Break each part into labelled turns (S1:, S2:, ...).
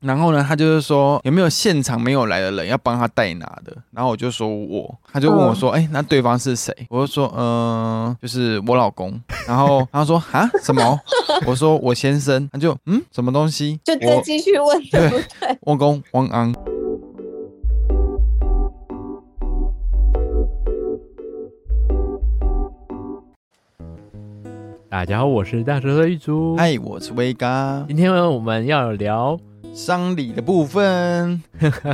S1: 然后呢，他就是说有没有现场没有来的人要帮他代拿的，然后我就说我，他就问我
S2: 嗯
S1: 说，哎、那对方是谁？我就说，嗯、就是我老公。然后他说，啊，什么？我说我先生。他就，嗯，什么东西？
S2: 就再
S1: 我
S2: 继续 问，对不对？
S1: 我公汪昂。
S3: 大家好，我是大舌头玉珠。
S1: 嗨，哎我是威嘎。
S3: 今天呢，我们要聊
S1: 丧礼的部 分，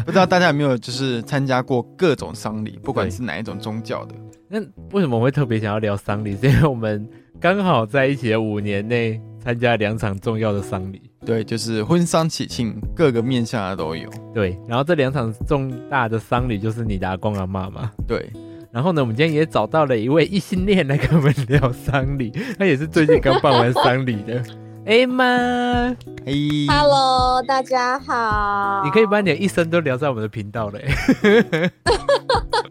S1: 不知道大家有没有就是参加过各种丧礼，不管
S3: 对
S1: 是哪一种宗教的。
S3: 那为什么会特别想要聊丧礼？是因为我们刚好在一起的五年内参加两场重要的丧礼，
S1: 对，就是婚丧喜庆，各个面向的都有。
S3: 对。然后这两场重大的丧礼就是你的阿公阿妈嘛。
S1: 对，
S3: 然后呢，我们今天也找到了一位异性恋来跟我们聊丧礼，他也是最近刚办完丧礼的。 哎妈，
S1: 嘿
S2: Hello，大家好。
S3: 你可以把你的一生都聊在我们的频道嘞。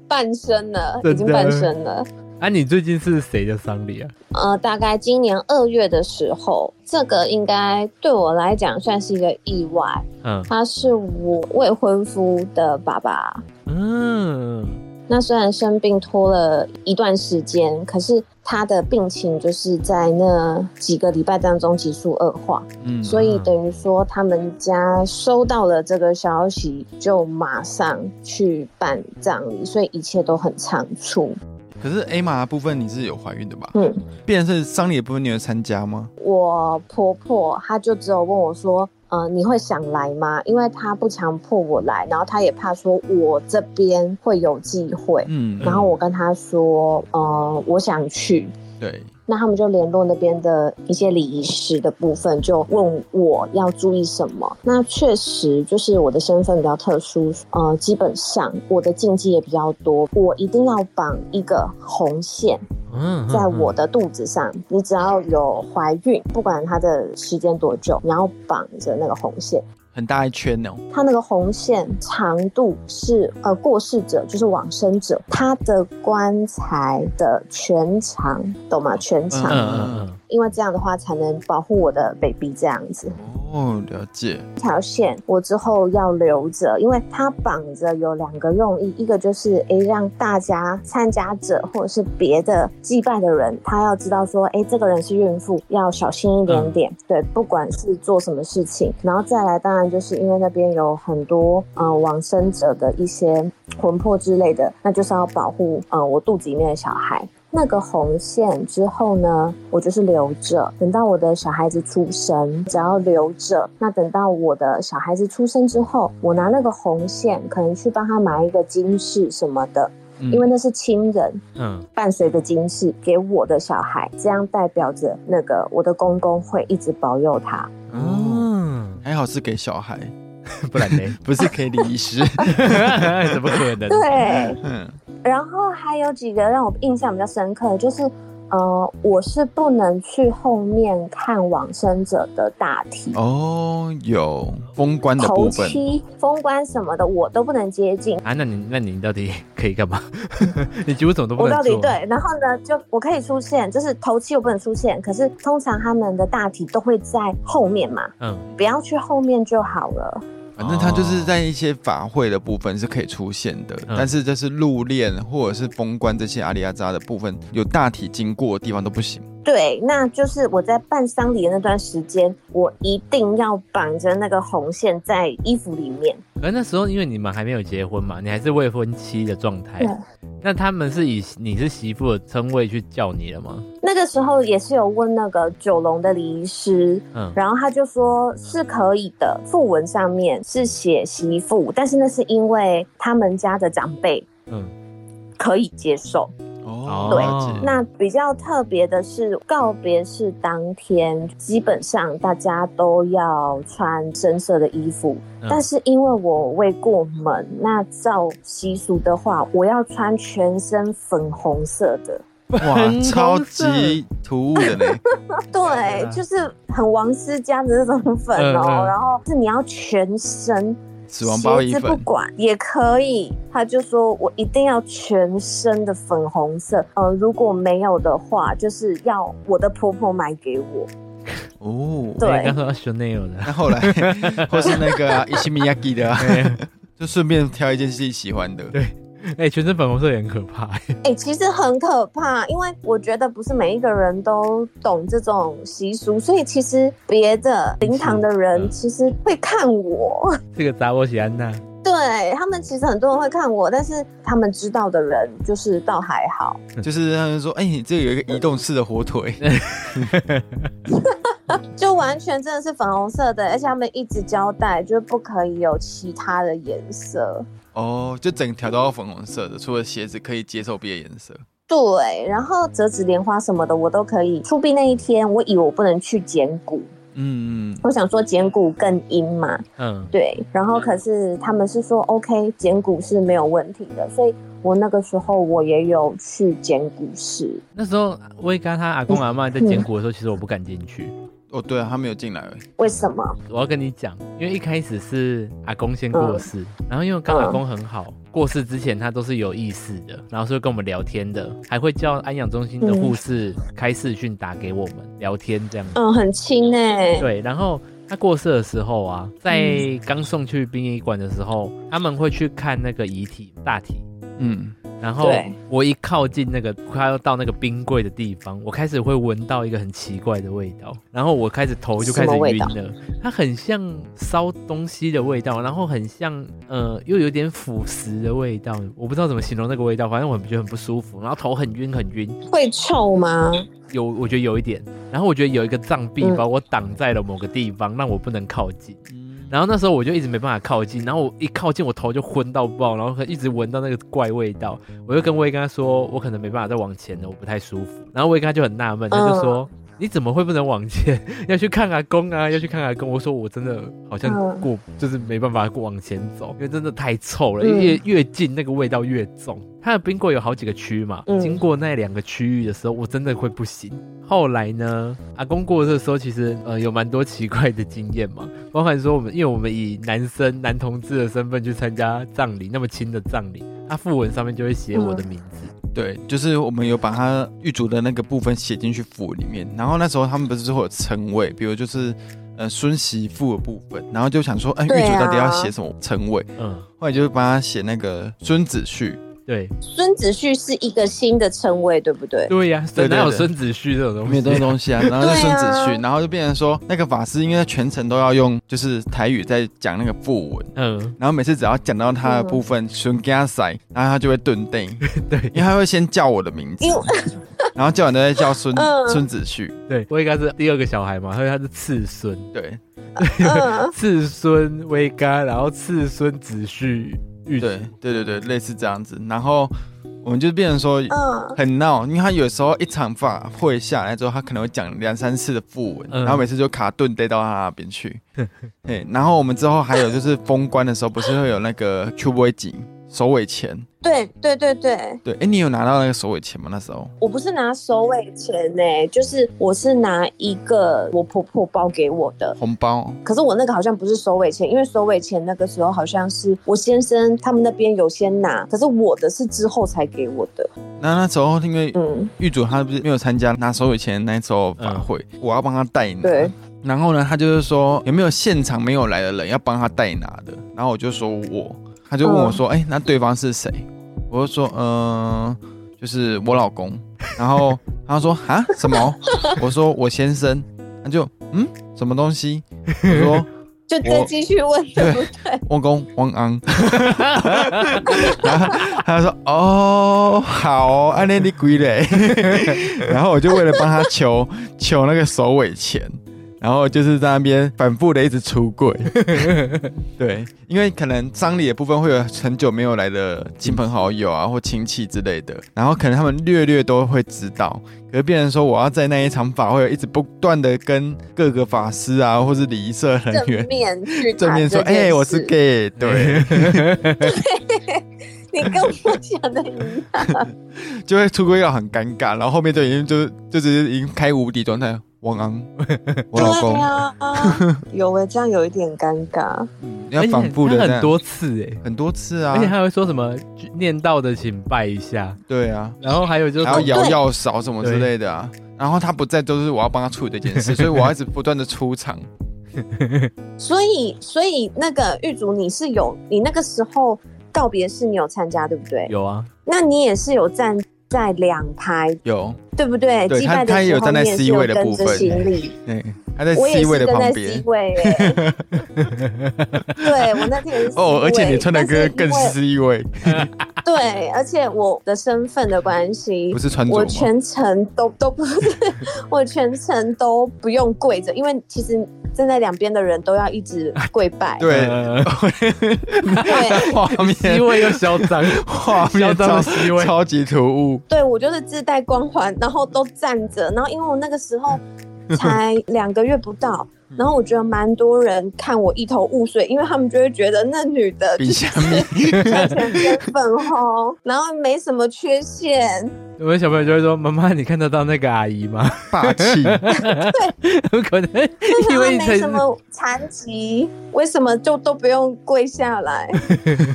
S2: 半身了，
S3: 真的
S2: 已经半身了。
S3: 啊，你最近是谁的丧礼啊？
S2: 呃，大概今年二月的时候，这个应该对我来讲算是一个意外。
S3: 嗯
S2: 他是我未婚夫的爸爸。
S3: 嗯，
S2: 那虽然生病拖了一段时间，可是他的病情就是在那几个礼拜当中急速恶化。
S1: 嗯，
S2: 所以等于说，他们家收到了这个消息，就马上去办葬礼，所以一切都很仓促。
S1: 可是 A 玛的部分你是有怀孕的吧？
S2: 嗯，
S1: 变成是丧礼的部分你有参加吗？
S2: 我婆婆她就只有问我说：“呃，你会想来吗？”因为她不强迫我来，然后她也怕说我这边会有忌讳。
S1: 嗯，
S2: 然后我跟她说：“呃，我想去。”
S1: 对，
S2: 那他们就联络那边的一些礼仪师的部分，就问我要注意什么。那确实就是我的身份比较特殊，呃，基本上我的禁忌也比较多，我一定要绑一个红线
S3: 嗯，
S2: 在我的肚子上。你只要有怀孕，不管它的时间多久，你要绑着那个红线。
S1: 很大一圈哦。
S2: 它那个红线长度是呃过世者，就是往生者，他的棺材的全长，懂吗？全长。
S3: 嗯嗯嗯
S2: 因为这样的话才能保护我的 baby 这样子。
S1: 哦，了解。
S2: 这条线我之后要留着，因为它绑着有两个用意，一个就是诶让大家参加者或者是别的祭拜的人，他要知道说诶这个人是孕妇，要小心一点点。对，不管是做什么事情，然后再来当然就是因为那边有很多呃往生者的一些魂魄之类的，那就是要保护呃我肚子里面的小孩。那个红线之后呢，我就是留着，等到我的小孩子出生，只要留着。那等到我的小孩子出生之后，我拿那个红线，可能去帮他买一个金饰什么的，
S1: 嗯
S2: 因为那是亲人
S3: 嗯
S2: 伴随着金饰给我的小孩，这样代表着那个我的公公会一直保佑他。
S1: 哦，
S3: 嗯，
S1: 还好是给小孩，
S3: 不然呢？
S1: 不是给礼仪师。
S3: 怎么可 能？
S2: 对，
S1: 嗯，
S2: 然后还有几个让我印象比较深刻的，就是呃，我是不能去后面看往生者的大体。
S1: 哦，有封棺的
S2: 头
S1: 部分。
S2: 七、封关什么的，我都不能接近。
S3: 啊，那你那你到底可以干嘛？ 你几乎什么都不
S2: 我
S3: 能
S2: 到底
S3: 做。
S2: 对，然后呢，就我可以出现，就是头七我不能出现，可是通常他们的大体都会在后面嘛，
S3: 嗯，
S2: 不要去后面就好了。
S1: 反正他就是在一些法会的部分是可以出现的，
S3: 嗯
S1: 但是这是入殓或者是封棺这些阿里阿扎的部分，有大体经过的地方都不行。
S2: 对，那就是我在办丧礼的那段时间，我一定要绑着那个红线在衣服里面。
S3: 而那时候因为你们还没有结婚嘛，你还是未婚妻的状态
S2: 对。
S3: 那他们是以你是媳妇的称谓去叫你了吗？
S2: 那个时候也是有问那个九龙的礼仪师，
S3: 嗯，
S2: 然后他就说是可以的，附文上面是写媳妇，但是那是因为他们家的长辈
S3: 嗯，
S2: 可以接受。
S1: 哦，
S2: 对
S1: 了解
S2: 那比较特别的是，告别式当天基本上大家都要穿深色的衣服，
S3: 嗯
S2: 但是因为我未过门，那照习俗的话，我要穿全身粉红色的。
S1: 哇，
S3: 很
S1: 超
S3: 红色
S1: 级突兀的呢。
S2: 对，就是很王思佳的那种粉哦，
S3: 嗯嗯
S2: 然后是你要全身
S1: 死亡包衣
S2: 鞋子不
S1: 粉，
S2: 管也可以，他就说我一定要全身的粉红色，呃，如果没有的话，就是要我的婆婆买给我。
S1: 哦，
S2: 对
S3: 哎刚说 Chanel 的，
S1: 那后 来或是那个伊西米亚基的啊，就顺便挑一件自己喜欢的。
S3: 对哎，全身粉红色也很可怕。
S2: 哎、其实很可怕，因为我觉得不是每一个人都懂这种习俗，所以其实别的灵堂的人
S3: 嗯
S2: 其实会看我，
S3: 这个砸我喜安娜，
S2: 对他们其实很多人会看我，但是他们知道的人就是倒还好。
S1: 就是他们说，哎、你这个有一个移动式的火腿，
S2: 就完全真的是粉红色的，而且他们一直交代，就是不可以有其他的颜色。
S1: 哦，就整条都要粉红色的，除了鞋子可以接受别的颜色。
S2: 对，然后折纸莲花什么的我都可以。出殡那一天，我以为我不能去捡骨，
S1: 嗯，嗯
S2: 我想说捡骨更阴嘛，
S3: 嗯，
S2: 对。然后可是他们是说 OK，捡骨是没有问题的，所以我那个时候我也有去捡骨室。
S3: 那时候威嘎他阿公阿妈在捡骨的时候，其实我不敢进去。
S1: 哦，对啊，他没有进来而已。
S2: 为什么？
S3: 我要跟你讲，因为一开始是阿公先过世，然后因为刚
S2: 嗯
S3: 阿公很好，过世之前他都是有意识的，然后是会跟我们聊天的，还会叫安养中心的护士开视讯打给我们聊天这样子。
S2: 嗯，很轻哎、
S3: 对，然后他过世的时候啊，在
S2: 嗯
S3: 刚送去殡仪馆的时候，他们会去看那个遗体大体。
S1: 嗯，
S3: 然后
S2: 对
S3: 我一靠近那个快要到那个冰柜的地方，我开始会闻到一个很奇怪的味道，然后我开始头就开始
S2: 什么味
S3: 晕
S2: 道
S3: 了，它很像烧东西的味道，然后很像呃又有点腐蚀的味道，我不知道怎么形容那个味道，反正我很觉得很不舒服，然后头很晕很晕，
S2: 会臭吗？
S3: 有我觉得有一点，然后我觉得有一个障壁
S2: 嗯
S3: 把我挡在了某个地方，让我不能靠近。然后那时候我就一直没办法靠近，然后我一靠近我头就昏到爆，然后一直闻到那个怪味道，我就跟威跟他说，我可能没办法再往前了，我不太舒服。然后威跟他就很纳闷，他就说。
S2: 嗯
S3: 你怎么会不能往前？ 要去看阿公啊，要去看阿公。我说我真的好像
S2: 嗯
S3: 过，就是没办法往前走，因为真的太臭了，
S2: 嗯
S3: 越越近那个味道越重。它的冰柜有好几个区嘛，
S2: 嗯
S3: 经过那两个区域的时候，我真的会不行。后来呢，阿公过世的时候，其实呃有蛮多奇怪的经验嘛， 包含说我们，因为我们以男生男同志的身份去参加葬礼，那么轻的葬礼，他讣文上面就会写我的名字，
S1: 对，就是我们有把它玉竹的那个部分写进去符里面，然后那时候他们不是会有称谓，比如就是呃孙媳妇的部分，然后就想说，哎、
S2: 对
S1: 玉
S2: 啊
S1: 竹到底要写什么称谓？
S3: 嗯，
S1: 后来就是帮他写那个孙子婿，
S3: 对
S2: 孙子婿是一个新的称谓，对不对？
S3: 对呀、
S1: 对对
S3: 哪有
S1: 对
S3: 孙子婿这种东
S1: 没有
S3: 西？
S1: 这个东西啊，然后就
S2: 对
S1: 孙子
S2: 啊
S1: 婿，然后就变成说那个法师，因为他全程都要用就是台语在讲那个符文。
S3: 嗯，
S1: 然后每次只要讲到他的部分，孙加塞，然后他就会顿定，
S3: 对
S1: 因为他会先叫我的名字
S2: 因为，
S1: 然后叫完都在叫孙
S2: 嗯
S1: 孙子婿，
S3: 对，威嘎是第二个小孩嘛，所以他是次孙，
S1: 对
S2: 嗯，
S3: 次孙威嘎，然后次孙子婿玉
S1: 对对对对，类似这样子。然后我们就变成说
S2: 嗯
S1: 很闹，因为他有时候一场法会下来之后，他可能会讲两三次的副文，
S3: 嗯
S1: 然后每次就卡顿带到他那边去。嘿，然后我们之后还有就是封关的时候，不是会有那个 Q boy 锦首尾钱？
S2: 对对对对，
S1: 对，哎，你有拿到那个首尾钱吗？那时候？
S2: 我不是拿收尾钱呢、就是我是拿一个我婆婆包给我的。
S1: 红包
S2: 可是我那个好像不是收尾钱，因为收尾钱那个时候好像是我先生他们那边有先拿，可是我的是之后才给我的。
S1: 那那时候因为
S2: 嗯，
S1: 狱主他不是没有参加拿手尾钱那时候法会，我要帮他代拿。
S2: 对。
S1: 然后呢，他就是说有没有现场没有来的人要帮他代拿的，然后我就说我，他就问我说，哎、那对方是谁？我就说，嗯、就是我老公。然后 他说啊什么？我说我先生。他就嗯什么东西？我说
S2: 就
S1: 哦
S2: 再继续问对不对？
S1: 汪公汪昂， 然后他说哦好哦，安内你鬼嘞， 然后我就为了帮他求求那个首尾钱，然后就是在那边反复的一直出柜， 对，因为可能丧礼的部分会有很久没有来的亲朋好友啊或亲戚之类的，然后可能他们略略都会知道，可是变成说我要在那一场法会一直不断的跟各个法师啊或是礼仪社人员
S2: 正面去谈
S1: 正面说：“
S2: 这件
S1: 哎、
S2: 事
S1: 我是 gay。”对，
S2: 你跟我想的一样。
S1: 就会出柜要很尴尬，然后后面就已经就就直接已经开无敌状态。王昂， 我老公
S2: 对，啊，有哎、这样有一点尴尬。
S1: 嗯你
S3: 而
S1: 要
S3: 且
S1: 反复的
S3: 他
S1: 这
S3: 哎很
S1: 样
S3: 多次哎、
S1: 很多次
S3: 而且
S1: 啊，
S3: 还会说什么念到的请拜一下，
S1: 对啊，
S3: 然后还有就是
S1: 还要
S2: 哦
S1: 摇
S2: 对
S1: 药勺什么之类的啊。然后他不在，都是我要帮他处理这件事，所以我要一直不断的出场。
S2: 所以，所以那个玉竹，你是有你那个时候告别式，你有参加对不对？
S3: 有啊，
S2: 那你也是有站在两排，
S1: 有，
S2: 对不对？
S1: 对
S2: 祭
S1: 他
S2: 拜的
S1: 他也
S2: 时
S1: 有
S2: 候
S1: 站在
S2: 你也是
S1: C
S2: 有
S1: 位的
S2: 跟
S1: 部
S2: 着
S1: 分
S2: 行李
S1: 对，他在
S2: 我也
S1: C
S2: 是
S1: 位的
S2: 跟
S1: 旁
S2: 在 C
S1: 边。
S2: 位、欸，对我那天也是 C 位
S1: 哦，而且你穿的歌更
S2: 但是
S1: C 位，
S2: 因为对，而且我的身份的关系
S1: 不，是穿着
S2: 我
S1: 吗？
S2: 全程都都不是， 我全程都不用跪着，因为其实站在两边的人都要一直跪拜，
S1: 对，
S3: 呃
S2: 对
S1: 画
S3: 西
S1: 面
S3: 位又嚣张，
S1: 画
S3: 嚣
S1: 面
S3: 张
S1: 超
S3: 的西位，
S1: 超级突兀，
S2: 对我就是自带光环，然后都站着，然后因为我那个时候 才两个月不到，
S3: 嗯
S2: 然后我觉得蛮多人看我一头雾水，因为他们就会觉得那女的就
S1: 比
S2: 是
S1: 下面
S2: 全身粉红，然后没什么缺陷，
S3: 我的小朋友就会说：“妈妈，你看得到那个阿姨吗
S1: 霸气，？”
S3: 可能
S2: 为
S3: 因
S2: 什么
S3: 为你
S2: 没
S3: 才
S2: 什么残疾，为什么就都不用跪下来？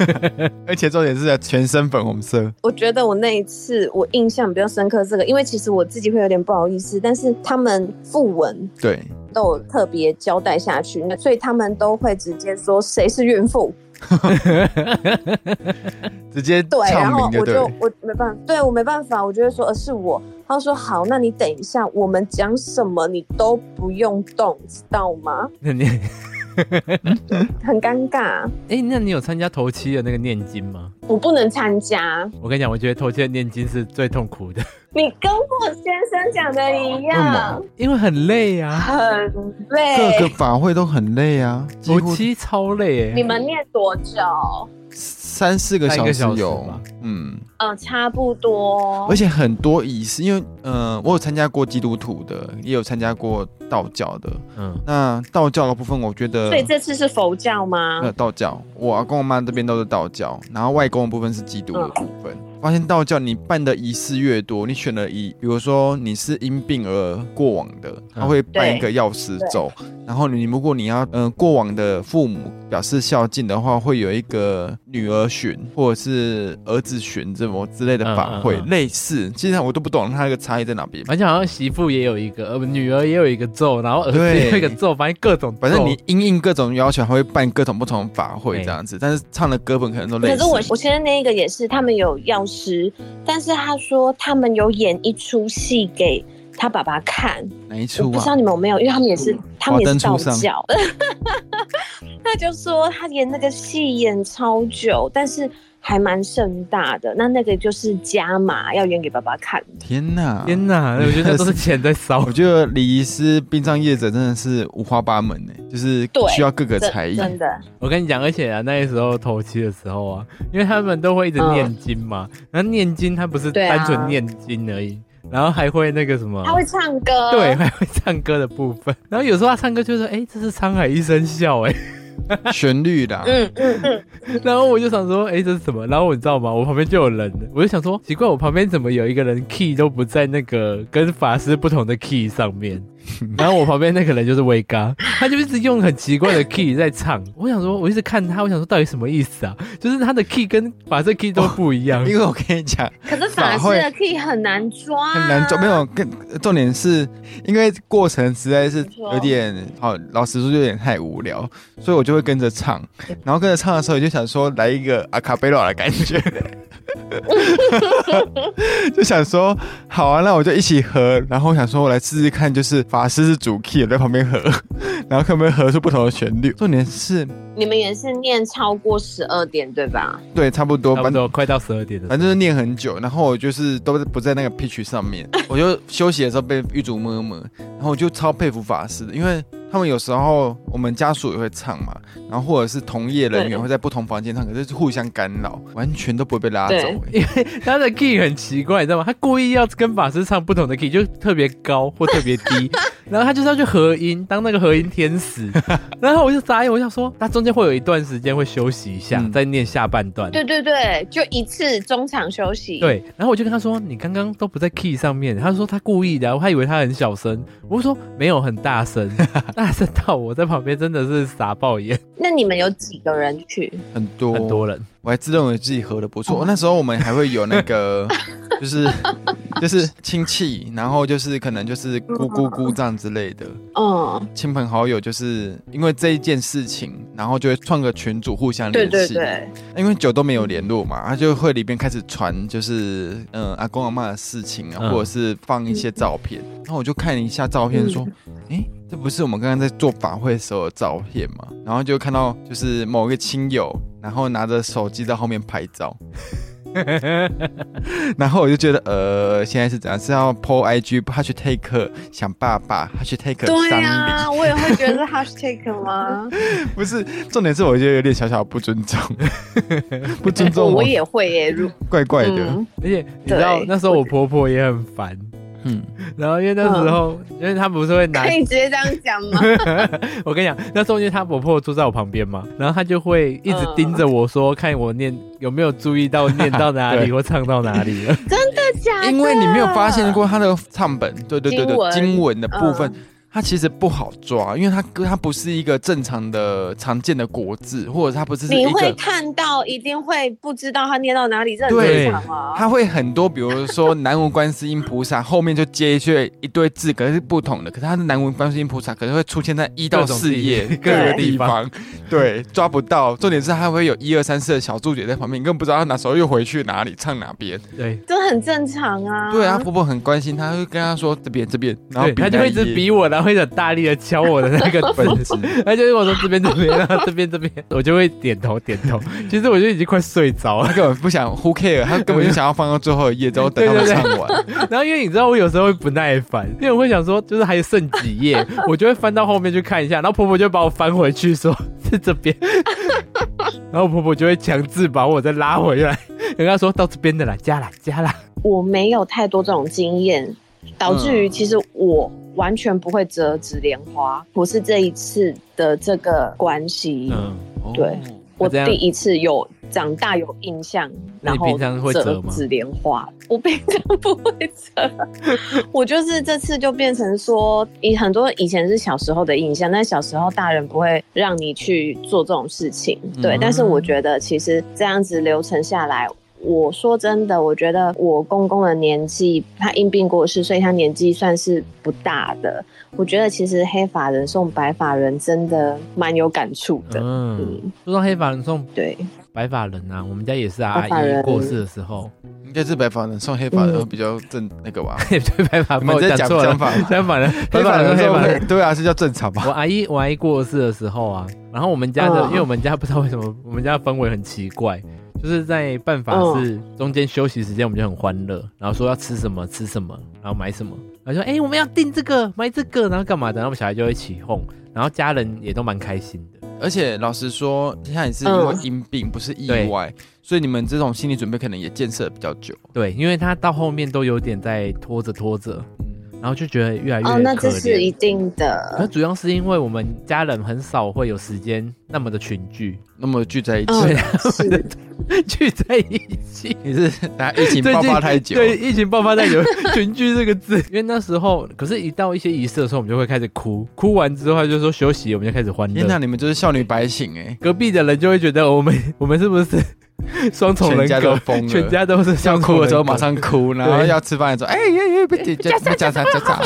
S1: 而且重点是全身粉红色，
S2: 我觉得我那一次我印象比较深刻这个，因为其实我自己会有点不好意思，但是他们附文
S1: 对，
S2: 都有特别
S1: 嗯
S2: 交代下去，那所以他们都会直接说谁是孕妇。
S1: 直接
S2: 对，然
S1: 唱
S2: 后
S1: 名
S2: 我
S1: 对了，
S2: 就我没办法，对我没办法，我就会说呃是我。他说好，那你等一下，我们讲什么你都不用动，知道吗？
S3: 那你
S2: 很尴尬，
S3: 哎、那你有参加头七的那个念经吗？
S2: 我不能参加。
S3: 我跟你讲，我觉得头七的念经是最痛苦的，
S2: 你跟我先生讲的
S1: 哦
S2: 一样，
S3: 因为很累啊，
S2: 很
S1: 各个
S2: 累。
S1: 法会都很累啊，几
S3: 头
S1: 乎
S3: 七超累、欸。
S2: 你们念多久？
S1: 三四个
S3: 三
S1: 小
S3: 个
S1: 时
S3: 小时
S1: 有
S3: 吧，
S1: 嗯，
S2: 嗯，差不多
S1: 而。且很多仪式，因为呃，我有参加过基督徒的，也有参加过道教的。
S3: 嗯，
S1: 那道教的部分，我觉得
S2: 所以这次是佛教吗
S1: 没有？道教，我阿公我妈这边都是道教，然后外公的部分是基督
S2: 嗯
S1: 的部分。发现道教你办的仪式越多，你选的仪，比如说你是因病而过往的，
S3: 嗯
S1: 他会办一个药师咒，然后你如果你要嗯、呃过往的父母表示孝敬的话，会有一个女儿巡或者是儿子巡这么之类的法会，
S3: 嗯哎嗯嗯
S1: 类似，其实我都不懂它那个差异在哪边。
S3: 而且好像媳妇也有一个，呃，不女儿也有一个咒，然后儿子
S1: 对
S3: 也有一个咒，反正各种咒
S1: 反正你因应各种要求，还会办各种不同的法会这样子，但是唱的歌本可能都类
S2: 可
S1: 似。
S2: 是我我前任那一个也是，他们有药师，但是他说他们有演一出戏给他爸爸看，
S1: 哪一
S2: 我
S1: 出
S2: 不知道
S1: 啊？
S2: 你们有没有，因为他们也是他们也是道
S1: 华灯初
S2: 教。 他就说他演那个戏演超久，但是还蛮盛大的。那那个就是加码要演给爸爸看的。
S1: 天哪！
S3: 天哪，我觉得那都是钱在烧
S1: 我。觉得礼仪师、殡葬业者真的是五花八门呢，欸就是
S2: 对
S1: 需要各个
S2: 真
S1: 才艺。
S2: 真的，
S3: 我跟你讲，而且啊，那时候头七的时候啊，因为他们都会一直念经嘛，然后念经他不是
S2: 对啊
S3: 单纯念经而已，然后还会那个什么，
S1: 哦
S2: 他会唱歌，
S3: 对，，还会唱歌的部分。然后有时候他唱歌就说：“哎、这是沧海一声笑、哎。
S1: 旋律啦，
S2: 嗯 嗯嗯，”
S3: 然后我就想说：“哎、这是什么？”然后我你知道吗？我旁边就有人，我就想说：“奇怪，我旁边怎么有一个人 key 都不在那个跟法师不同的 key 上面？” 然后我旁边那个人就是威嘎，他就一直用很奇怪的 key 在唱。我想说，我一直看他，我想说到底什么意思啊？就是他的 key 跟法师 key 都不一样。
S1: 因为我跟你讲，
S2: 可是法
S1: 法
S2: 师
S1: 会
S2: 的 key 很难抓，啊
S1: 很难做。没有，更重点是因为过程实在是
S2: 没错
S1: 有点好，老实说有点太无聊，所以我就会跟着唱。然后跟着唱的时候，我就想说来一个阿卡贝拉的感 觉，就想说好啊，那我就一起合。然后我想说，我来试试看，就是法师是主 key，我在旁边合， 然后看有没有合出不同的旋律。重点是
S2: 你们也是念超过十二点对吧？
S1: 对，差不多，
S3: 差不
S1: 反
S3: 多快到十二点了
S1: 反。正就是念很久，然后我就是都不在那个 pitch 上 面，我就休息的时候被狱主摸摸，然后我就超佩服法师的，因为他们有时候我们家属也会唱嘛，然后或者是同业人员
S2: 对
S1: 会在不同房间唱，可是互相干扰，完全都不会被拉走、
S2: 对
S1: 欸
S3: 他的 key 很奇怪，你知道吗？他故意要跟法师唱不同的 key，就特别高或特别低，然后他就是要去合音，当那个合音天使。然后我就傻眼，我想说，他中间会有一段时间会休息一下，
S1: 嗯
S3: 再念下半段。
S2: 对对对，就一次中场休息。，
S3: 对，然后我就跟他说：“你刚刚都不在 key 上面。”他说他故意的啊，我还以为他很小声。我就说没有很大声，大声到我在旁边真的是傻爆眼，
S2: 那你们有几个人去？
S1: 很多
S3: 很多人。
S1: 我还自认为自己喝的不
S2: 哦
S1: 错。那时候我们还会有那 个，就是就是亲戚，然后就是可能就是姑姑姑丈之类的
S2: 嗯，
S1: 亲朋好友，就是因为这一件事情，然后就会创个群组互相
S2: 对
S1: 联
S2: 对
S1: 系。
S2: 对，
S1: 因为久都没有联络嘛，他就会里边开始传，就是嗯、呃阿公阿妈的事情啊，
S3: 嗯
S1: 或者是放一些照片。然后我就看了一下照片，说，
S2: 嗯
S1: 哎、这不是我们刚刚在做法会时候的照片吗？然后就看到就是某一个亲友，然后拿着手机在后面拍照。 然后我就觉得，呃，现在是怎样？是要 po IG，他去 take 想爸爸，他去 take
S2: 对
S1: 丧礼，
S2: 啊，我也会觉得是 hashtag 吗？
S1: 不是重点是，我觉得有点小小不尊 重，不 尊重
S2: 哎我
S1: 我，
S2: 也会耶，如
S1: 怪怪的。
S2: 嗯
S3: 而且你知道
S2: 对
S3: 那时候我婆婆也很烦，
S1: 嗯，
S3: 然后因为那时候、因为她不是会拿
S2: 可以直接这样讲 吗？
S3: 我跟你讲，那时候因为他婆婆坐在我旁边嘛，然后他就会一直盯着我说，看我念有没有注意到念到哪里
S1: 对
S3: 或唱到哪里了。
S2: 真的假的？
S1: 因为你没有发现过它的唱本，对对对
S2: 经
S1: 对，
S2: 文嗯
S1: 经文的部分。它其实不好抓，因为它它不是一个正常的常见的国字，或者它不是
S2: 你
S1: 一
S2: 会
S1: 个，
S2: 看到，一定会不知道他念到哪里，这很
S1: 对
S2: 正常啊。
S1: 它会很多，比如说南无观世音菩萨后面就接一些一堆字，可是不同的，可是它的南无观世音菩萨可能会出现在一到
S3: 各种
S1: 四
S3: 地
S1: 页
S3: 对
S1: 各个地方，对，抓不到。重点是它会有一二三四的小注解在旁边，你根本不知道它哪时候又回去哪里唱哪边。
S3: 对，
S2: 这很正常啊。
S1: 对啊，，婆婆很关心，她会跟她说这边这边，然后
S3: 对，他就
S1: 那
S3: 会一直
S1: 页
S3: 比我，然后一直很大力的敲我的那个
S1: 本
S3: 本
S1: 子。
S3: 他就跟我说这边这边，然后这边这边，我就会点头点头。其实我就已经快睡着了
S1: 他，根本不想 who care，他根本就想要放到最后一页，之后等他们唱 完。
S3: 然后因为你知道我有时候会不耐烦，因为我会想说就是还剩几页，我就会翻到后面去看一下，然后婆婆就把我翻回去说是这边， 然后婆婆就会强制把我再拉回来，跟她说到这边的啦，加啦加啦，
S2: 我没有太多这种经验，导致
S1: 嗯
S2: 于其实我完全不会折纸莲花，不是这一次的这个关系。
S3: 嗯，
S2: 对我
S3: 那这样
S2: 第一次有长大有印象，
S3: 那
S2: 然
S3: 你
S2: 后
S3: 平常会折吗
S2: 纸莲花，我平常不会折， 我就是这次就变成说，以很多以前是小时候的印象，但小时候大人不会让你去做这种事情，对。
S1: 嗯
S2: 但是我觉得其实这样子流程下来。我说真的，我觉得我公公的年纪，他因病过世，所以他年纪算是不大的。我觉得其实黑发人送白发人真的蛮有感触的，
S3: 嗯，
S2: 嗯，
S3: 说到黑发人送
S2: 对。
S3: 白发人啊，我们家也是啊，
S2: 白发
S3: 阿姨
S2: 人
S3: 过世的时候，
S1: 应该是白发人送黑发人会比较正那个吧？
S3: 对白发
S1: 你
S3: 人，
S1: 们
S3: 我
S1: 在讲
S3: 错了
S1: 相，反吗
S3: 相反了，白
S1: 黑
S3: 发
S1: 发
S3: 人
S1: 人
S3: 送黑发人。
S1: 送对啊，是叫正常吧？
S3: 我阿姨我阿姨过世的时候啊，然后我们家的，
S2: 嗯
S3: 因为我们家不知道为什么，我们家氛围很奇怪，就是在办法室中间休息时间，我们就很欢乐，然后说要吃什么吃什么，然后买什么，然后说哎、我们要订这个买这个，然后干嘛的，然后我们小孩就会起哄，然后家人也都蛮开心的，
S1: 而且老实说，现在也是因为因病，不是意外，所以你们这种心理准备可能也建设得比较久。
S3: 对，因为他到后面都有点在拖着拖着，然后就觉得越来越可
S2: 哦，那这是一
S3: 怜。
S2: 定
S3: 那
S2: 的。
S3: 主要是因为我们家人很少会有时间那么的群聚，
S1: 那么聚在一起，
S2: 嗯，
S3: 啊
S2: 是，
S3: 聚在一起。
S1: 你是大家疫情
S3: 最
S1: 爆
S3: 近
S1: 发太久，
S3: 对，疫情爆发太久， 群聚这个字，因为那时候，可是，一到一些仪式的时候，我们就会开始哭，哭完之后他就说休息，我们就开始欢
S1: 天哪，
S3: 乐。
S1: 你们就是少女白醒哎，
S3: 隔壁的人就会觉得我们我们是不是 双重人
S1: 全家
S3: 格
S1: 都疯了
S3: 全家都是
S1: 要
S3: 双重
S1: 哭的时候
S3: 人格
S1: 马上哭，然后要吃饭的时候，哎哎哎，别别别别夹夹夹夹，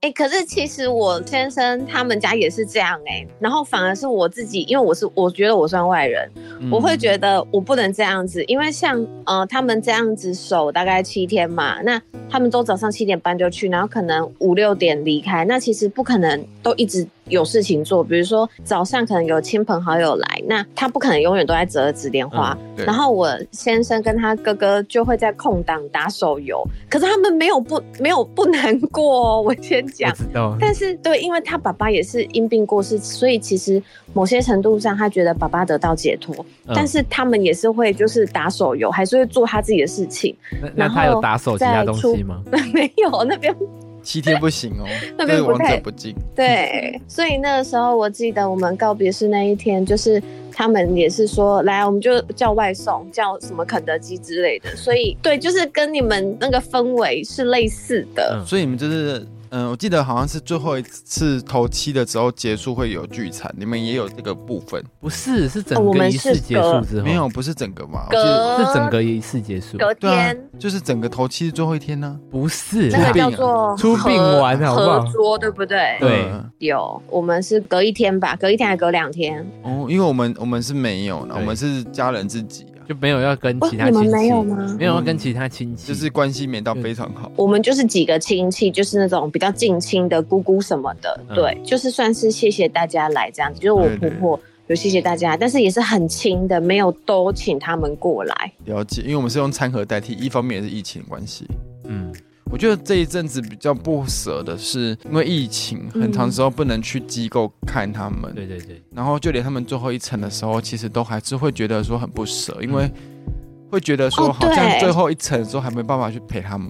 S2: 哎、可是其实我先生他们家也是这样哎、然后反而是我自己，因为我是我觉得我算外人，
S1: 嗯
S2: 我会觉得我不能这样子，因为像呃他们这样子守大概七天嘛，那他们都早上七点半就去，然后可能五六点离开，那其实不可能都一直有事情做，比如说早上可能有亲朋好友来，那他不可能永远都在折纸莲花，
S1: 嗯对
S2: 然后我先生跟他哥哥就会在空档打手游，可是他们没有不没有不难过哦，我先
S3: 我
S2: 讲。
S3: 知道，
S2: 但是对，因为他爸爸也是因病过世，所以其实某些程度上他觉得爸爸得到解脱，
S3: 嗯
S2: 但是他们也是会就是打手 游，还是会做他自己的事情。
S3: 那那他有打手其他东西吗？
S2: 没有那边
S1: 七天不行哦，
S2: 那
S1: 对
S2: 边不
S1: 王
S2: 太
S1: 者不敬。
S2: 对， 所以那个时候我记得我们告别式那一天，就是他们也是说，来，我们就叫外送，叫什么肯德基之类
S3: 嗯
S2: 的。所以对，就是跟你们那个氛围是类似的。
S3: 嗯
S1: 所以你们就是，嗯，我记得好像是最后一次头七的时候结束会有聚餐，你们也有这个部分，
S3: 不是，是
S2: 哦
S3: 整
S2: 我
S3: 个
S2: 们
S3: 仪式
S2: 是
S3: 结
S2: 隔
S3: 束之后，
S1: 没有，不是整个嘛？我记得
S2: 隔
S3: 是整个仪式结束，
S2: 隔
S1: 对啊
S2: 天，
S1: 就是整个头七是最后一天呢。
S3: 不是
S2: 那
S1: 出
S3: 啦
S2: 个
S1: 殡
S2: 叫
S1: 啊
S2: 做
S3: 啊出
S2: 合
S3: 殡完好不好
S2: 合桌，对不对？
S3: 对
S1: 嗯
S2: 有，我们是隔一天吧，隔一天还隔两天。
S1: 哦，因为我们我们是没有呢，
S3: 对
S1: 我们是家人自己啊，
S3: 就没有要跟
S2: 哇，
S3: 其他
S2: 哦你
S3: 亲
S2: 们没
S3: 戚，
S2: 有吗？
S3: 没有要跟其他亲戚，
S1: 就是关系没到非常好。
S2: 我们就是几个亲戚，就是那种比较近亲的姑姑什么的，
S3: 嗯
S2: 对，就是算是谢谢大家来这样子，就是我婆婆有谢谢大家，但是也是很亲的，没有都请他们过来。
S1: 了解，因为我们是用餐盒代替，一方面也是疫情的关系。
S3: 嗯，
S1: 我觉得这一阵子比较不舍的是，因为疫情，很长时候不能去机构看他们，
S3: 嗯对对对，
S1: 然后就连他们最后一层的时候，其实都还是会觉得说很不舍，因为
S3: 嗯
S1: 会觉得说
S2: 哦
S1: 好像
S2: 对
S1: 最后一层的时候还没办法去陪他们。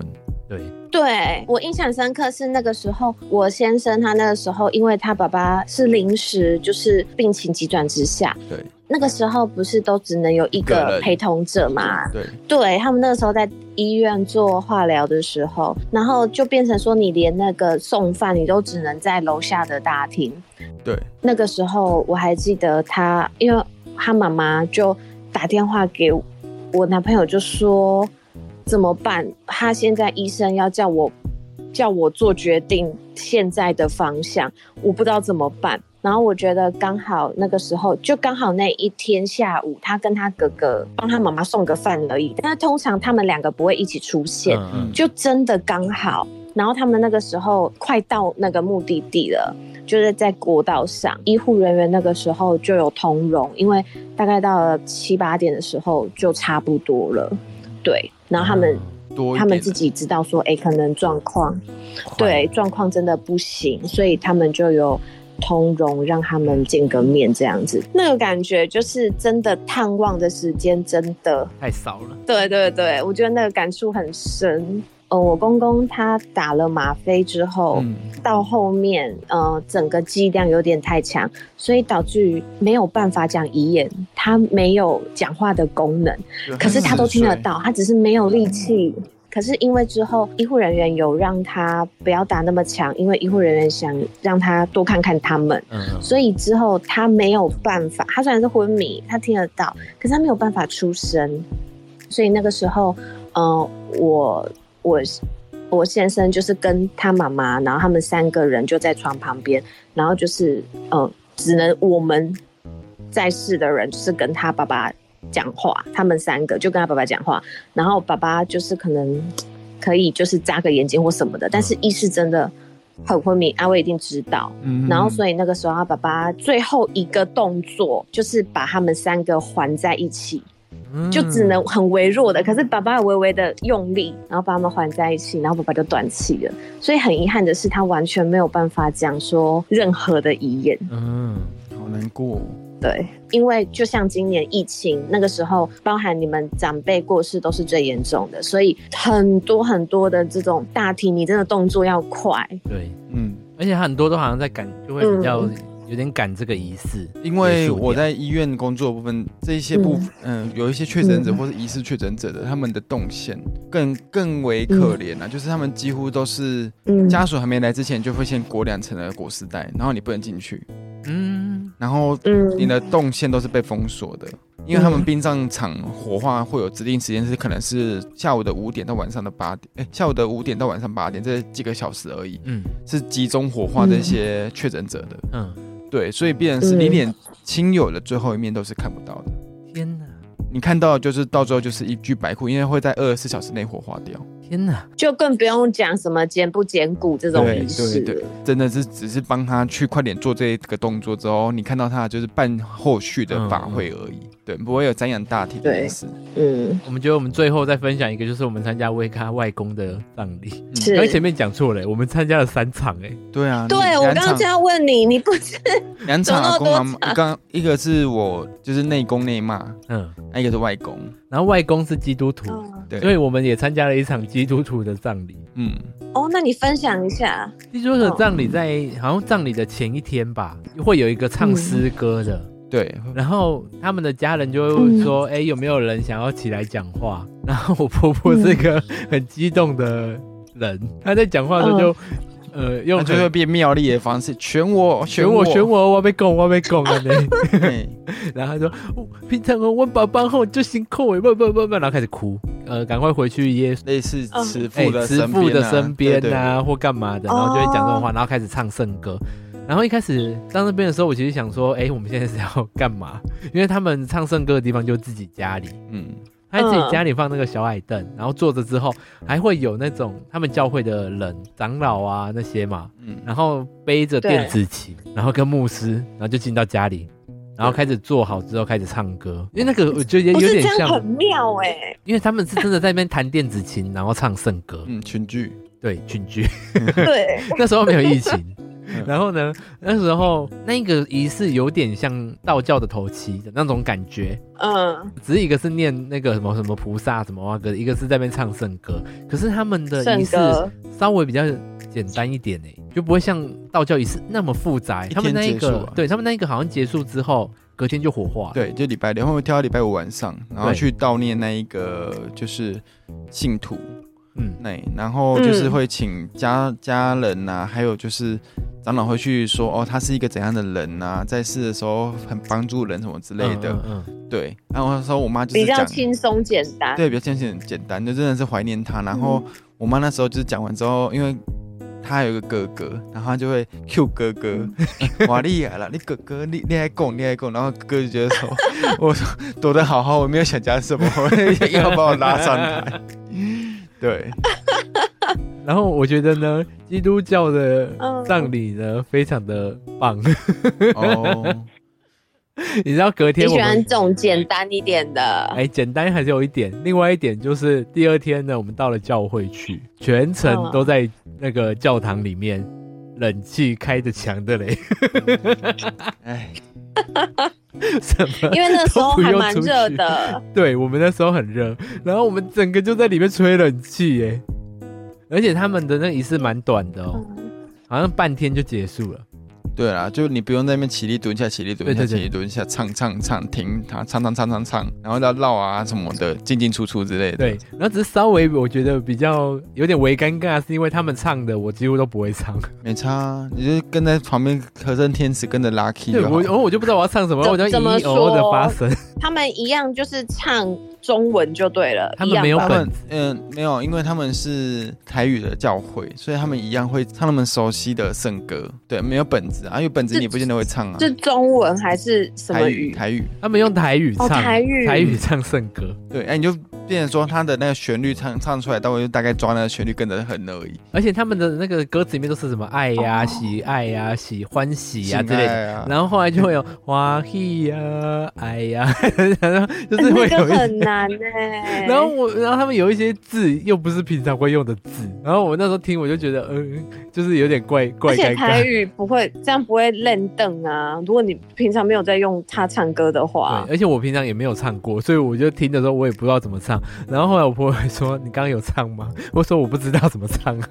S3: 对，
S2: 对我印象深刻是那个时候，我先生他那个时候，因为他爸爸是临时就是病情急转直下，
S1: 对
S2: 那个时候不是都只能有一
S1: 一个
S2: 个
S1: 人
S2: 陪同者嘛，
S1: 对，
S2: 对他们那个时候在医院做化疗的时候，然后就变成说你连那个送饭你都只能在楼下的大厅。
S1: 对，
S2: 那个时候我还记得他，因为他妈妈就打电话给我男朋友，就说怎么办？他现在医生要叫我叫我做决定现在的方向，我不知道怎么办。然后我觉得刚好那个时候，就刚好那一天下午，他跟他哥哥帮他妈妈送个饭而已。但通常他们两个不会一起出现，
S3: 嗯
S2: 就真的刚好。然后他们那个时候快到那个目的地了，就是在国道上，医护人员那个时候就有通融，因为大概到了七八点的时候就差不多了，对。然后他们、
S3: 嗯
S1: 多一点啊
S2: 他们自己知道说，哎，可能状况对，状况真的不行，所以他们就有通融，让他们见个面这样子。那个感觉就是真的探望的时间真的，
S3: 太少了，
S2: 对对对，我觉得那个感触很深。呃，我公公他打了吗啡之后，
S1: 嗯，
S2: 到后面呃整个剂量有点太强，所以导致于没有办法讲遗言，他没有讲话的功能。
S1: 就很
S2: 可是他都听得到，他只哦是嗯没有力气。可是因为之后医护人员有让他不要打那么强，因为医护人员想让他多看看他们，
S3: 嗯，嗯
S2: 所以之后他没有办法。他虽然是昏迷，他听得到，可是他没有办法出声。所以那个时候，呃，我我我先生就是跟他妈妈，然后他们三个人就在床旁边，然后就是呃，只能我们在世的人就是跟他爸爸讲话，他们三个就跟他爸爸讲话，然后爸爸就是可能可以就是眨个眼睛或什么的，但是意识真的很昏迷，阿威一定知道。
S1: 嗯，
S2: 然后，所以那个时候，他爸爸最后一个动作就是把他们三个环在一起，
S1: 嗯
S2: 就只能很微弱的，可是爸爸微微的用力，然后把他们环在一起，然后爸爸就断气了。所以很遗憾的是，他完全没有办法讲说任何的遗言。
S3: 嗯，
S1: 以好难过哦、
S2: 对，因为就像今年疫情那个时候，包含你们长辈过世都是最严重的，所以很多很多的这种大题，你真的动作要快。
S3: 对，
S1: 嗯，
S3: 而且很多都好像在赶，就会比
S2: 嗯
S3: 较有点赶这个仪式，
S1: 因为我
S3: 结束
S1: 在医院工作的部分，这一些部分，嗯、有一些确诊者或是疑似确诊者的，他们的动线更更为可怜啊，就是他们几乎都是
S2: 嗯
S1: 家属还没来之前就会先裹两层的裹尸袋，然后你不能进去，
S3: 掉，嗯，
S1: 然后
S2: 嗯
S1: 你的动线都是被封锁的，因为他们殡葬场火化会有指定时间是可能是下午的五点到晚上的八点，哎、下午的五点到晚上八点这几个小时而已，
S3: 嗯
S1: 是集中火化这些确诊者的。
S3: 嗯，
S1: 对，所以必然是
S2: 嗯
S1: 你连亲友的最后一面都是看不到的。
S3: 天哪，
S1: 你看到的就是到最后就是一具白骨，因为会在二十四小时内火化掉。
S3: 天哪，
S2: 就更不用讲什么兼不兼顾这种
S1: 对
S2: 仪
S1: 对
S2: 式。
S1: 对，真的是只是帮他去快点做这个动作之后，你看到他就是办后续的
S3: 嗯
S1: 法会而已，对，不会有瞻仰大体这件事。
S2: 嗯，
S3: 我们觉得我们最后再分享一个，就是我们参加威咖外公的葬礼，
S2: 是。
S3: 刚前面讲错了，我们参加了三场，哎，
S1: 对啊，
S2: 对
S1: 你
S2: 我
S1: 两
S2: 刚刚
S1: 场
S2: 就要问你，你不是
S1: 两场
S2: 怎么
S1: 阿
S2: 那么
S1: 公啊
S2: 多
S1: 阿妈，刚一个是我就是内公内妈，
S3: 嗯，
S1: 那一个是外公，
S3: 然后外公是基督
S2: 哦
S3: 徒，
S4: 嗯
S1: 对，
S3: 所以我们也参加了一场基督徒的葬礼。
S1: 嗯，
S4: 哦，那你分享一下，
S3: 基督徒
S2: 哦
S3: 的葬礼在好像葬礼的前一天吧，会有一个
S2: 嗯
S3: 唱诗歌的，
S1: 对，
S3: 然后他们的家人就会问说：“哎、有没有人想要起来讲话？”然后我婆婆是个很激动的人，她在讲话的时候就、呃用
S1: 那就会
S3: 很
S1: 变妙丽的方式，选我，哎
S3: 选我 选，我，我被供我被供啊！
S1: 嘿
S3: 然后他说：“哦、平常我问爸爸后就辛苦哎，不不不不，然后开始哭，呃，赶快回去耶稣。”
S1: 类似慈
S3: 哎
S1: 父，的
S3: 慈
S1: 身
S3: 父
S1: 边
S3: 的
S1: 啊
S3: 身
S1: 对
S3: 边
S1: 对
S3: 啊，或干嘛的，然后就会讲这种话，然后开始唱圣歌。然后一开始到那边的时候，我其实想说，哎、我们现在是要干嘛？因为他们唱圣歌的地方就是自己家里，
S1: 嗯，
S3: 他在自己家里放那个小矮凳，然后坐着之后，还会有那种他们教会的人、长老啊那些嘛，
S1: 嗯
S3: 然后背着电子琴，然后跟牧师，然后就进到家里，然后开始坐好之后开始唱歌，因为那个我觉
S4: 嗯
S3: 得
S4: 不
S3: 有
S4: 哦是
S3: 点
S4: 这样
S3: 像
S4: 很，妙哎、
S3: 因为他们是真的在那边弹电子琴，然后唱圣歌，
S1: 嗯，群聚，
S3: 对，群居。
S4: 对，
S3: 那时候没有疫情。
S4: 嗯
S3: 然后呢，那时候那个仪式有点像道教的头七的那种感觉，
S4: 嗯，
S3: 只是一个是念那个什么什么菩萨什么哇歌，一个是在那边唱圣歌。可是他们的
S4: 圣
S3: 仪式
S4: 歌
S3: 稍微比较简单一点呢，欸就不会像道教仪式那么复杂。欸
S1: 一天
S3: 他们那一
S1: 结束
S3: 个
S1: 啊，
S3: 对他们那一个好像结束之后，隔天就火化。，
S1: 对，就礼拜六，然后跳到礼拜五晚上，然后
S3: 啊对
S1: 去悼念那一个就是信徒，
S3: 嗯，
S1: 那然后就是
S4: 嗯
S1: 会请家、家人呐、还有就是长老会去说哦，他是一个怎样的人呐、在世的时候很帮助人什么之类的，
S3: 嗯嗯嗯
S1: 对。然后那时候我妈就是
S4: 比较
S1: 讲，
S4: 轻松简单，
S1: 对，比较简简单，就真的是怀念他。然后
S3: 嗯
S1: 我妈那时候就是讲完之后，因为。她有一个哥哥，然后她就会 Q 哥哥，
S3: 嗯
S1: 哇厉害了！你哥哥你你还供你还供，然后哥哥就觉得说， 我说躲得好好，我没有想讲什么， 要把我拉上台。对，
S3: 然后我觉得呢，基督教的
S4: 嗯
S3: 葬礼呢，非常的棒。
S1: 哦，
S3: 你知道隔
S4: 你
S3: 天我
S4: 喜欢
S3: 们
S4: 这种简单一点的，
S3: 哎，简单还是有一点。另外一点就是第二天呢，我们到了教会去，全
S4: 嗯
S3: 程都在那个教堂里面，冷气开着强的嘞，
S1: 哎，
S3: 什 么？
S4: 因为那时候
S3: 都不
S4: 还
S3: 用
S4: 蛮
S3: 出去
S4: 热的，
S3: 对我们那时候很热，然后我们整个就在里面吹冷气耶，而且他们的那仪式蛮短的哦，
S4: 嗯
S3: 好像半天就结束了。
S1: 对啦，就你不用在那边起立蹲下、起立蹲下、
S3: 对对对
S1: 起立蹲下，唱唱唱，停，唱唱唱唱唱唱，然后要绕啊什么的，进进出出之类的。
S3: 对，然后只是稍微我觉得比较有点微尴尬，是因为他们唱的我几乎都不会唱，
S1: 没差啊，你就跟在旁边和声天使跟着 Lucky
S3: 对
S1: 就
S3: 我，然哦
S1: 好。
S3: 后我就不知道我要唱什么，
S4: 怎
S3: 我就
S4: 怎么
S3: 一一哦的
S4: 说
S3: 发声，
S4: 他们一样就是唱中文就对了，
S3: 他们
S4: 一样
S3: 没有
S4: 吧
S1: 他
S3: 本
S1: 们嗯、没有，因为他们是台语的教会，所以他们一样会唱他们熟悉的圣歌。对，没有本子啊，因为本子
S4: 是
S1: 你也不见得会唱啊。
S4: 是中文还是什
S1: 台
S4: 么
S1: 语，
S4: 语？
S1: 台语，
S3: 他们用台语唱，
S4: 哦台语
S3: 台语唱圣歌。
S1: 对，哎、你就变成说他的那个旋律唱唱出来，但我就大概抓那个旋律跟着哼而已。
S3: 而且他们的那个歌词里面都是什么爱呀、喜爱呀、喜欢喜呀、之类
S1: 亲
S3: 的。
S1: 哦爱啊
S3: 然后后来就会有花喜呀、爱呀、 然后就是会
S4: 那
S3: 有
S4: 个
S3: 一些。
S4: 很难欸呢、
S3: 然后我，然后他们有一些字又不是平常会用的字，然后我那时候听我就觉得，嗯，就是有点怪怪
S4: 而且
S3: 尴
S4: 台
S3: 尬。
S4: 语不会这样不会认凳啊。如果你平常没有在用它唱歌的话
S3: 对，，而且我平常也没有唱过，所以我就听的时候我也不知道怎么唱。然后后来我婆婆说：“你刚刚有唱吗？”我说：“我不知道怎么唱啊。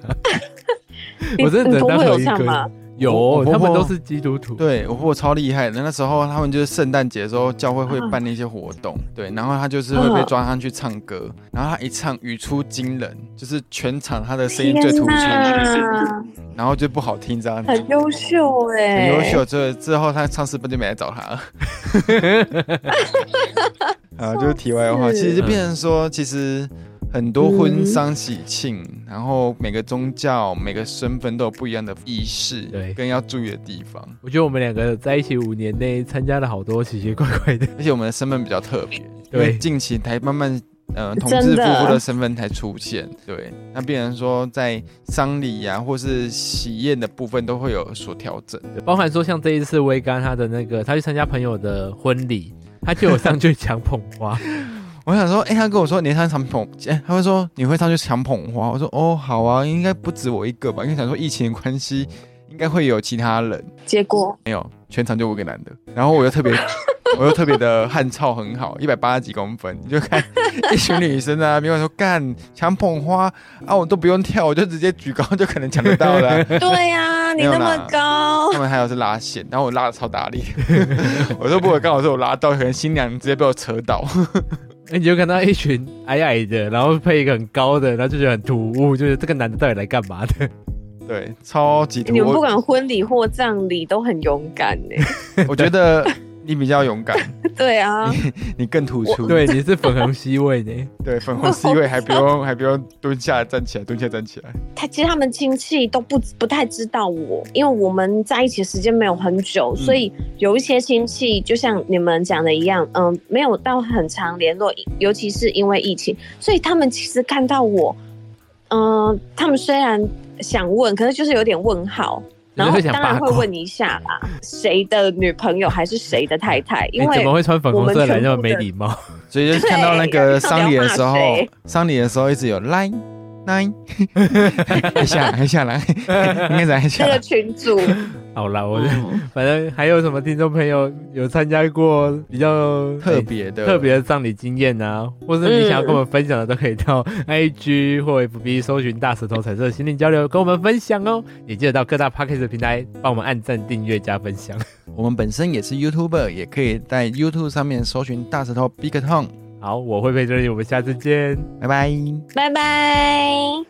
S4: 你”
S3: 我真的
S4: 你
S3: 只能
S4: 婆
S3: 当
S4: 婆
S3: 口
S4: 有
S3: 音
S4: 唱
S3: 歌
S4: 吗？。
S1: 我
S3: 有
S1: 我，婆
S3: 哦他们
S1: 婆
S3: 都是基督徒。
S1: 对，我婆婆超厉害的。那时候他们就是圣诞节的时候，教会
S4: 嗯
S1: 会办那些活动，对，然后她就是会被抓上去唱歌，然后她一唱语出惊人，就是全场她的声音最突出，
S4: 哪，
S1: 然后就不好听这样子。
S4: 很优秀
S1: 很
S4: 哎、
S1: 优秀，之后之后她唱诗班就没来找她了。 啊，就是题外话，
S4: 笑死嗯
S1: 其实就变成说，其实很多婚丧喜庆，然后每个宗教、每个身份都有不一样的仪式，
S3: 对
S1: 跟要注意的地方，
S3: 我觉得我们两个在一起五年内参加了好多奇奇怪怪 的，
S1: 而且我们的身份比较特别。因为
S3: 对，
S1: 近期才慢慢呃同
S4: 真
S1: 志夫
S4: 的
S1: 妇的身份才出现，对，那变成说在丧礼呀、或是喜宴的部分都会有所调整，
S3: 包含说像这一次威刚他的那个，他去参加朋友的婚礼，他就有上去抢捧 花，
S1: 我想说，哎、他跟我说你上抢捧，哎、他会说你会上去抢捧花，我说哦好啊，应该不止我一个吧，因为想说疫情的关系，应该会有其他人，
S4: 结果
S1: 没有，全场就我一个男的，然后我又特别我又特别的汗臭很好，一百八十几公分，你就 看一群女生在那边说干抢捧花啊，我都不用跳，我就直接举高就可能抢得到了 啊。
S2: 对呀、你
S1: 没有
S2: 那
S1: 啦
S2: 么高
S1: 他，们还有是拉线，然后我拉的超大力， 我都不会刚好是我拉到，可能新娘直接被我扯倒。
S3: 哎你就看到一群矮矮的，然后配一个很高的，然后就觉得很突兀，就是这个男的到底来干嘛 的？
S1: 对，超级突
S2: 你们
S1: 兀
S2: 不管婚礼或葬礼都很勇敢呢、
S4: 欸
S1: 我觉得你比较勇敢，
S2: 对啊，
S1: 你更突出。
S3: 对，你是粉红吸味呢。
S1: 对，粉红 C 位还不用还不用蹲下来站起来，蹲下来站起来。
S2: 他其实他们亲戚都不不太知道我，因为我们在一起的时间没有很久，所
S3: 嗯
S2: 以有一些亲戚就像你们讲的一样，嗯，没有到很常联络，尤其是因为疫情，所以他们其实看到我，嗯，他们虽然想问，可是就是有点问号。
S3: 你
S2: 然
S3: 就
S2: 后
S3: 是想
S2: 当然
S3: 八
S2: 会
S3: 卦
S2: 问一下啦，谁的女朋友还是谁的太太？因
S3: 你
S2: 为
S3: 哎怎么会穿粉
S2: 我
S3: 红
S2: 们
S3: 色来
S2: 全
S3: 那么
S2: 部
S3: 没
S2: 的
S3: 礼貌？
S1: 所以就是看到那个丧礼的时候
S2: 对要不要骂谁，
S1: 丧礼的时候一直有 line line，还下来还下来，应该是还下
S2: 那个
S1: 来。
S2: 群主，
S3: 好啦，啊 我就反正还有什么听众朋友有参加过比较
S1: 特、别
S3: 哎
S1: 的，
S3: 特别的葬礼经验啊，或是你想要跟我们分享的，都可以到 IG 或 FB 搜寻“大舌头彩色心灵交流”跟我们分享哦。也记得到各大 Podcast 的平台帮我们按赞、订阅、加分享。
S1: 我们本身也是 YouTuber，也可以在 YouTube 上面搜寻大舌头 Big Tom。
S3: 好，我会陪着你，我们下次见。
S1: 拜拜。
S2: 拜拜。